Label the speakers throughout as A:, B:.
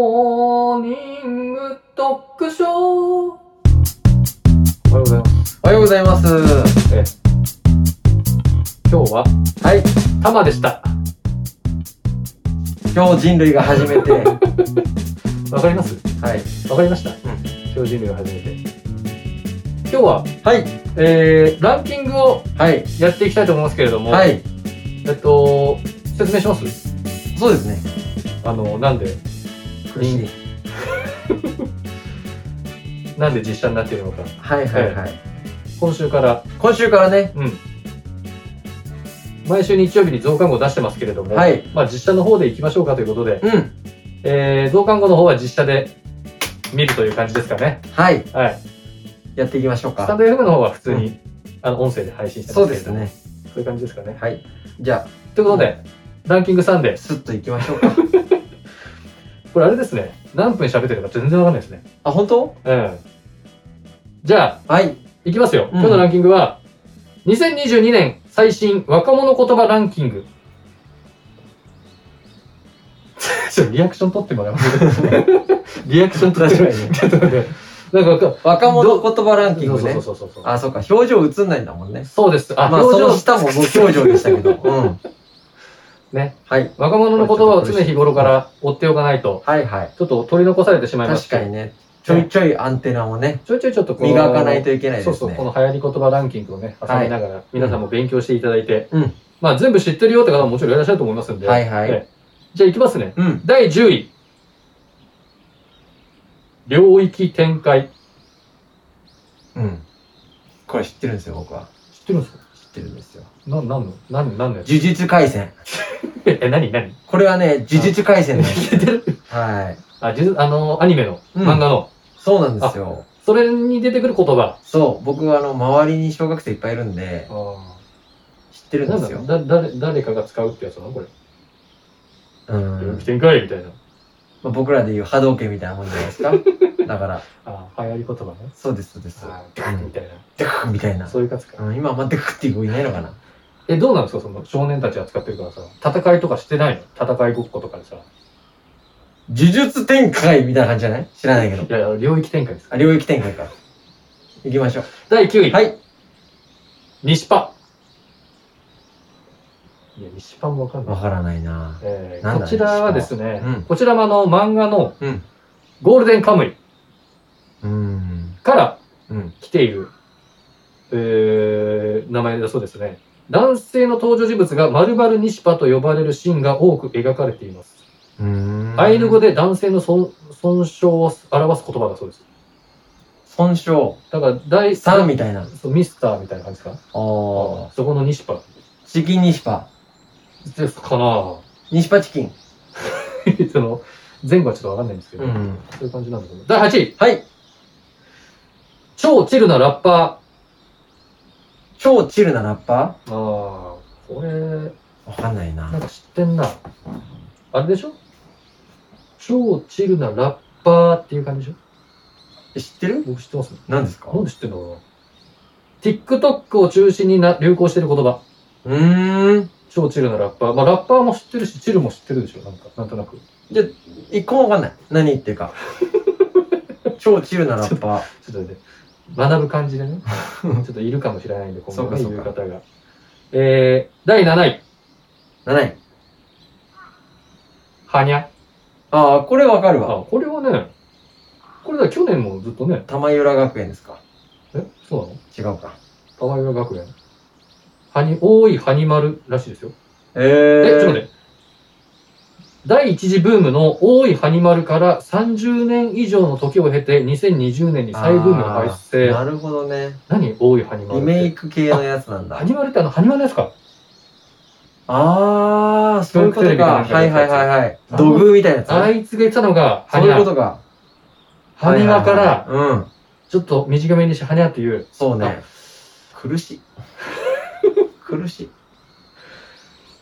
A: モーニングトックショー
B: おはようございます。
A: おはようございます
B: え今日は
A: はい
B: タマでした。
A: 今日人類が初 めては
B: わかります？
A: い
B: わかりました。
A: ん
B: 今日人類を始めて。今日は、
A: はい
B: えー、ランキングを
A: はい
B: やっていきたいと思うんですけれども、
A: はい
B: えっと説明します。
A: そうですね
B: あのなんで
A: 苦しい
B: なんで実写になっているのか。
A: はいはいはい
B: 今週から、
A: 今週からね
B: うん。毎週日曜日に増刊号出してますけれども、
A: はい
B: まあ実写の方でいきましょうかということで、
A: うん
B: えー、増刊号の方は実写で見るという感じですかね。
A: はい
B: はい。
A: やっていきましょう
B: スタン
A: か
B: ド FM の方は普通に、
A: う
B: あの音声で配信してま
A: そう
B: すけ
A: で
B: れ
A: す
B: ども
A: ね
B: そういう感じですかね。
A: はいじゃ
B: ということで、ランキング3
A: あ
B: で、
A: スッといきましょう か
B: これあれですね、何分喋ってるか全然わかんないですね。
A: あ本当
B: うん。じゃあ、
A: はい
B: いきますよ。
A: うん
B: 今日のランキングは、2022年最新若者言葉ランキング。 ちょっとリアクション取ってもらえます リアクション取ってもらえます ちょっと待ってなんか、
A: 若者言葉ランキングね
B: そうそうそうそう。
A: あそうか表情映んないんだもんね
B: そうです。あ、
A: まあ
B: 表
A: そ
B: 情
A: の下も無表情でしたけ どうん
B: ね
A: はい
B: 若者の言葉を常日頃から追っておかないと、
A: はいはい
B: ちょっと取り残されてしまいます
A: 確かにねちょいちょいアンテナをね
B: ちょいちょいちょっとこう
A: 磨かないといけないです
B: そう
A: ね
B: そう、この流行り言葉ランキングをね、挟みながら、皆さんも勉強していただいて、
A: うん
B: まあ全部知ってるよって方ももちろんいらっしゃると思いますんで、
A: はいはい、
B: ねじゃあ行きますね。
A: うん
B: 第10位。領域展開。
A: うんこれ知ってるんですよ僕は
B: 知ってるんですか
A: 知ってるんですよ
B: な、なんのなん、なんのやつ
A: 呪術廻戦
B: え、なになに
A: これはね呪術廻戦です
B: 聞いてる
A: はい
B: あ、実あの、アニメの、
A: うん
B: 漫画の、
A: そうなんですよ
B: それに出てくる言葉。
A: そう僕はあの周りに小学生いっぱいいるんで知ってるん
B: なん
A: で
B: だ
A: すよ
B: だ誰誰かが使うってやつなのこれ。
A: うん、
B: 領
A: ま
B: 域展開みたいな。
A: あ、僕らでいう波動拳みたいなもんじゃない ですかだから
B: あ流行り言葉ね。
A: そうですそうです
B: ガッみたい
A: デカみたい
B: な。
A: な、
B: そういうやつか。
A: うん、今あんまデカっていう子いないのかな
B: え、どうなんですかその少年たち扱ってるからさ、戦いとかしてないの戦いごっことかでさ。
A: 呪術展開みたいな感じじゃない知らないけど
B: いやいや、領域展開です。
A: あ領域展開か行きましょ
B: 第9位。
A: うはい
B: 西パ。いや、西パもわかんな
A: わ
B: い。
A: からないな
B: えー
A: なんだ
B: こちらはですね、
A: うん
B: こちらもあの漫画の
A: うん
B: ゴールデンカムイ
A: うん
B: から
A: うん
B: 来ている、えー名前だそうですね。男性の登場人物が丸々西パと呼ばれるシーンが多く描かれています。
A: うーん
B: アイヌ語で男性の損損傷を表す言葉だそうです。
A: 損傷
B: だから、第
A: 3みたいな
B: そうミスターみたいな感じですか
A: おー
B: そこのニシパ
A: チキンニシパ
B: ですかな
A: ニシパチキン
B: その、前後はちょっとわかんないんですけど、
A: うん
B: そういう感じなんだと思う。第8位
A: はい
B: 超チルなラッパ
A: 超チルなラッパ
B: ー。ああ、これ、
A: ーわかんないな
B: なんか知ってんな。あれでしょ超チルなラッパーっていう感じでしょ
A: 知ってる
B: 僕知ってますね。
A: 何ですか
B: なんで知ってんだろうな。TikTok を中心にな流行している言葉。
A: うーん
B: 超チルなラッパー。まあ、ラッパーも知ってるし、チルも知ってるでしょ、なんか、なんとなく。
A: じゃ一個もわかんない何言ってる か超チルなラッパー
B: ちょっとね、学ぶ感じで ね。ちょっといるかもしれないんで、今
A: そう
B: 後
A: か
B: ね、い
A: そう
B: う
A: か
B: 方が。えー、第7位、
A: 7位
B: はにゃ。
A: ああこれわかるわ
B: あ、これはね、これだ、去年もずっとね、
A: 玉浦学園ですか
B: え、そうなの
A: 違うか
B: 玉岩学園。はに、多いはに丸らしいですよ。
A: え
B: え、
A: ー、
B: ちょっと待って。第一次ブームの多いはに丸から30年以上の時を経て2020年に再ブームが発生。
A: なるほどね
B: 何多いはに丸
A: リ
B: って。
A: メイク系のやつなんだ
B: ハニマルってあの、ハニマルのやつか。
A: ああ、そういうこと
B: 教育テレビ
A: か。
B: かなんか
A: はいはいはいはい
B: あ。の
A: 土偶みたいなやつ。
B: あいつが言ってたのが、ハ
A: そう
B: ニ
A: いう
B: ワ
A: ことか。
B: ハニワか
A: はいはい
B: ら、
A: はい。うん。
B: ちょっと短めにしてハニワっていう。
A: そうね。苦し い。苦しい。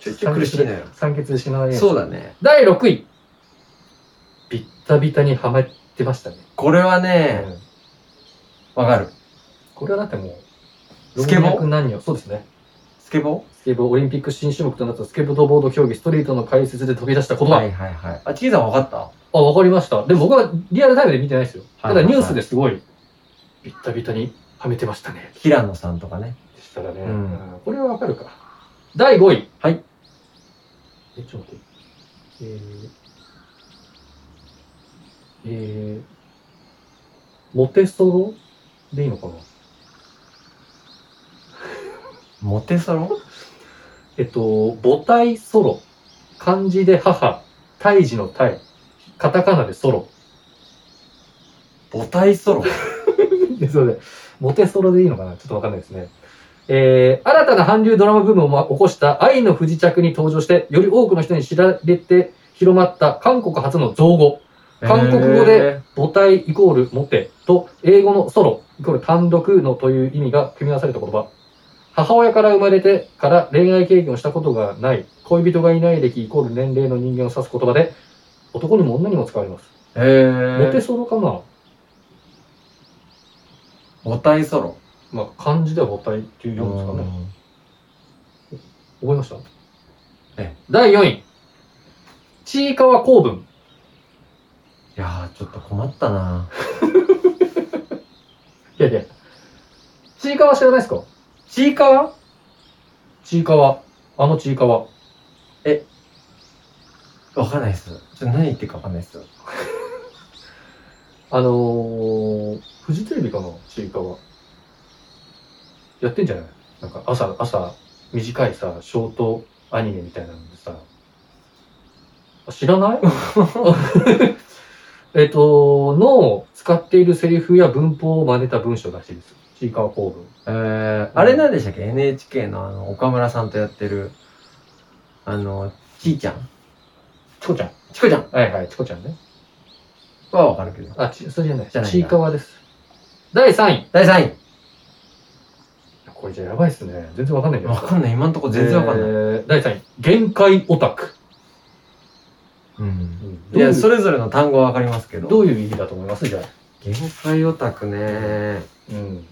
A: ちょいちょい苦しいのよ。
B: 酸欠で死なないやつ
A: そうだね。
B: 第6位。ビッタビタにハマってましたね。
A: これはね、
B: うん
A: わかる。
B: これはだってもう、
A: スケボー
B: 老若男女そうですね。
A: スケボ
B: スケボー、オリンピック新種目となったスケートボード競技、ストリートの解説で飛び出した言
A: ー
B: 葉。
A: はいはいはい。あ、ちーさんわかった
B: あ、わかりました。でも僕はリアルタイムで見てないですよ。
A: はい
B: ただニュースですごい、ビッタビタにはめてましたね。
A: 平野さんとかね。
B: でしたらね。
A: うん
B: うんこれはわかるか。第5位。
A: はい。
B: え、ちょっと待って。えー、えー、モテソロでいいのかな
A: モテソロ
B: えっと、母体ソロ。漢字で母。胎児の胎。カタカナでソロ。
A: 母体ソロ。
B: ですので、モテソロでいいのかなちょっとわかんないですね。えー、新たな韓流ドラマブームをま起こした愛の不時着に登場して、より多くの人に知られて広まった韓国初の造語、韓国語で母体イコールモテと英語のソロイコール単独のという意味が組み合わされた言葉。母親から生まれてから恋愛経験をしたことがない、恋人がいない歴イコール年齢の人間を指す言葉で、男にも女にも使われます。
A: へー。
B: モテソロかな
A: 母体ソロ。
B: まあ、漢字では母体っていう読むんですかね。覚えました
A: ええ
B: 第4位。ちいかわ公文。
A: いやー、ちょっと困ったない
B: やいや。ちいかわ知らないですか
A: ちいかわ
B: ちいかわ。あのちいかわ。
A: わかんないっす。ちょっと何言ってるかわかんないっす。
B: あのー、フジテレビかなちいかわ。やってんじゃないなんか朝、朝、短いさ、ショートアニメみたいなのでさ。あ知らない えっと、の使っているセリフや文法を真似た文章らしいです。ちいかわ公文。
A: えー、あれなんでしたっけ ?NHK のあの、岡村さんとやってる、あの、ちいちゃん。
B: チコちゃん。
A: チコちゃん
B: はいはい、チコちゃんね。
A: はわかるけど。
B: あ、ち、それじゃない。
A: じゃないな
B: ちいかわです。第3位。
A: 第3
B: これじゃやばいっすね。全然わかんない
A: 位。
B: けど
A: わかんない。今んとこ全然わかんない。
B: えー第3位。限界オタク。
A: うん。
B: どい
A: いうや、
B: う
A: それぞれの単語はわかりますけ
B: ど
A: ど。
B: ういう意味だと思いますじゃあ。
A: 限界オタクねー。
B: うん。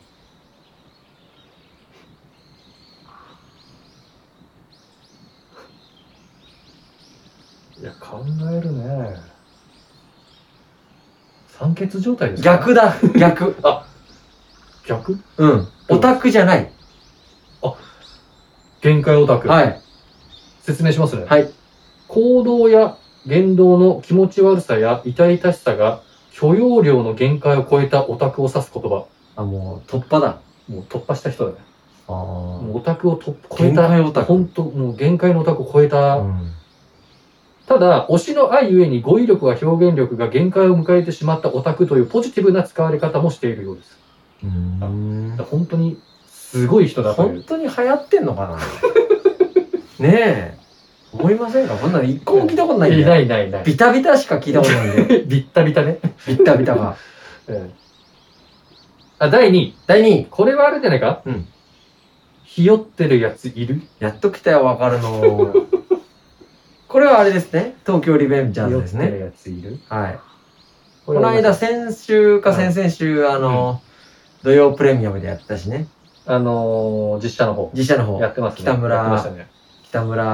B: いや、考えるね。酸欠状態ですか
A: 逆だ 逆
B: 逆
A: うんオタクじゃない
B: 限界オタク。
A: はい
B: 説明しますね。
A: はい
B: 行動や言動の気持ち悪さや痛々しさが許容量の限界を超えたオタクを指す言葉。
A: あもう突破だ
B: もう突破した人だね。
A: あ
B: も
A: ー
B: うオタクをと超えた。
A: 限界オタク
B: 本当もう限界のオタクを超えた。
A: うん
B: ただ、推しの愛ゆえに語彙力や表現力が限界を迎えてしまったオタクというポジティブな使われ方もしているようです。
A: うーん
B: だから本当にすごい人だとい
A: 本
B: う。
A: 当に流行ってんのかな ねえ思いませんかこんなの一個も聞いたことない
B: い
A: んだ
B: な
A: よ
B: いないない。
A: ビタビタしか聞いたことない んだよ
B: ビッタビタ ね。
A: ビッタビタが
B: うんあ、第2位。
A: 第2位
B: これはあるんじゃないか
A: うん。
B: ひよってるやついる
A: やっと来たよわかる のこれはあれですね東京リベンジャーズです
B: ひよって
A: ね
B: るやついる
A: はい
B: こ
A: この間
B: せ
A: 先週か
B: はい
A: 先々週あの土曜プレミアムでやったしね
B: あのー、実写の方。
A: 自社の方
B: やってますね。
A: 北村
B: やってましたね。
A: 北
B: 匠く
A: 村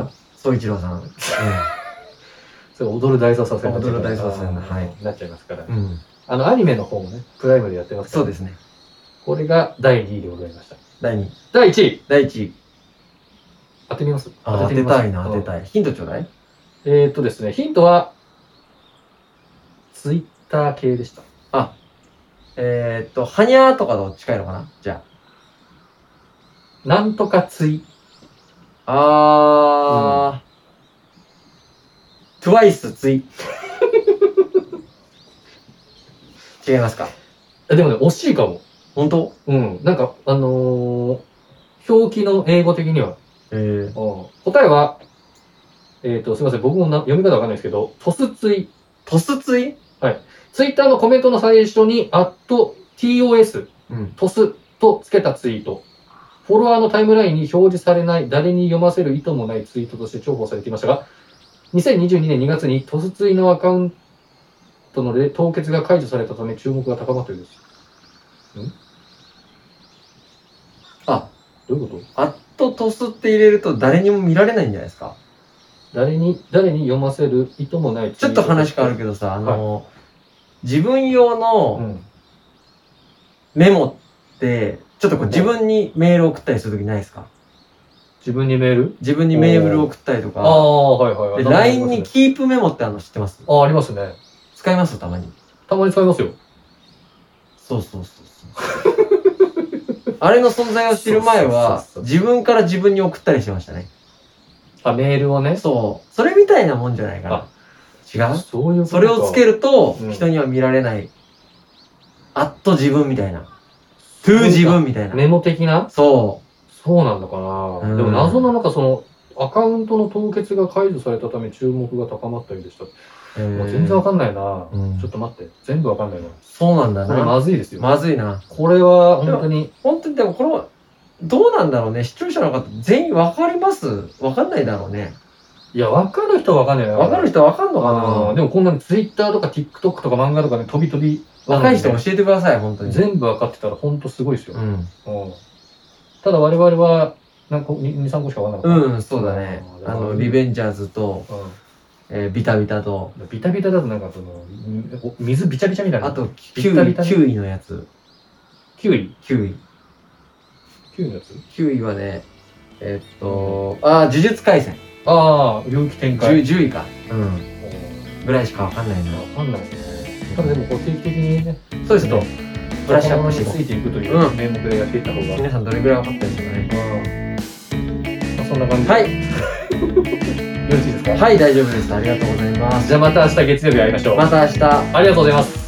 B: ん
A: 総一郎さ ん。
B: それ踊る大捜査線になっちゃうから
A: 踊る大捜査線のはい
B: なっちゃいますから
A: う。ん、うん
B: あの、アニメの方もね、プライムでやってますか
A: そ
B: ら。
A: うですね。
B: これが第2位でございました。
A: 第2位。
B: 第1位。
A: 第1位。
B: 当てみます
A: あ当
B: み
A: て
B: ます
A: たいな、当てたい。ヒントちょうだい。
B: えーっとですね、ヒントは、ツイッター系でした。
A: えー、っと、はにゃーとかと近いのかなじゃ
B: なんとかツイ。
A: あ。あー。トゥワイスつい。 違いますか
B: えでもね、惜しいかも。
A: 本当
B: うん。なんか、あのー、表記の英語的には、
A: えー、
B: 答えは、えっ、と、すみません。僕もな読み方わかんないですけど、トスツイ。
A: トスつい
B: ツイッターのコメントの最初に、アット TOS、
A: うん。
B: トスとつけたツイート。フォロワーのタイムラインに表示されない、誰に読ませる意図もないツイートとして重宝されていましたが、2022年2月にトスツイのアカウントのれ凍結が解除されたため注目が高まっているんです。
A: あ、
B: どういうこと
A: アットトスって入れると誰にも見られないんじゃないですか
B: 誰に、誰に読ませる意図もない。
A: ちょっと話変わるけどさ、あの、自分用
B: う
A: の
B: ん。
A: メモって、ちょっとこう
B: うん
A: 自分にメール送ったりするときないですか
B: 自分にメール
A: 自分にメール送ったりと
B: あ
A: か、
B: あ、はいはいは
A: で
B: い。
A: LINE に
B: あ
A: キープメモってあるの知ってます
B: あー、ありますね。
A: 使いますたまに。
B: たまに使いますよ。
A: そうそうそうそう。あれの存在を知る前は
B: そうそうそうそう、
A: 自分から自分に送ったりしてましたね。
B: あ、メールをね。
A: そう。それみたいなもんじゃないかな。違う
B: そういうことか
A: それをつけると
B: うん、
A: 人には見られない。あっと自分みたいな。to 自分みたいな。
B: メモ的な
A: そ
B: そうなんだかな、
A: うん
B: でも謎なのかそのアカウントの凍結が解除されたため注目が高まったようでした、
A: う。も
B: もう全然わかんないな、
A: うん
B: ちょっと待って全部わかんないな
A: そうなんだ
B: これ
A: な。
B: まずいですよ、
A: まずいな。
B: これは本当に
A: 本当にでもこの、どうなんだろうね。視聴者の方全員わかりますわかんないだろうね。
B: いやわかる人はわかんないな
A: わかる人わかんの
B: あ
A: か
B: ー
A: な
B: でもこんなにツイッターとか TikTok とか漫画とかね飛び飛び
A: 若い人
B: な
A: 教
B: ので
A: えてください、本当に。
B: 全部わかってたら本当すごいですよ
A: う、ん。
B: うんただ我々は何個23個しかわかんなかっ
A: うん、そうだね
B: あ。ー
A: あの、リベンジャーズと、
B: た、うん
A: えービタビタと、
B: ビタビタだとなんかそのみお水ビチャビチャみたいな
A: あと
B: ビタビ
A: 9位、
B: タね
A: 9位のやつ。
B: キウイ
A: 9位。
B: キウイのやつ
A: 9位はね、えっと、あー、呪術廻戦。
B: ああ、領域展開。
A: 10, 10位か。うん。ぐらいしかわかんないな
B: わ。かんないですね。ただでも、こう定期的にね、
A: そうですと、ブラッシュアップしてい
B: につ
A: こう
B: いていくというう名目でやっていった方が。うん。
A: 皆さんどれぐらいわかったんですかね。
B: まあ、そんな感じで。。
A: はいい、
B: よろしいですか
A: はい、大丈夫です。ありがとうございます。
B: じゃあまた明日月曜日会いましょう。
A: また明日。
B: ありがとうございます。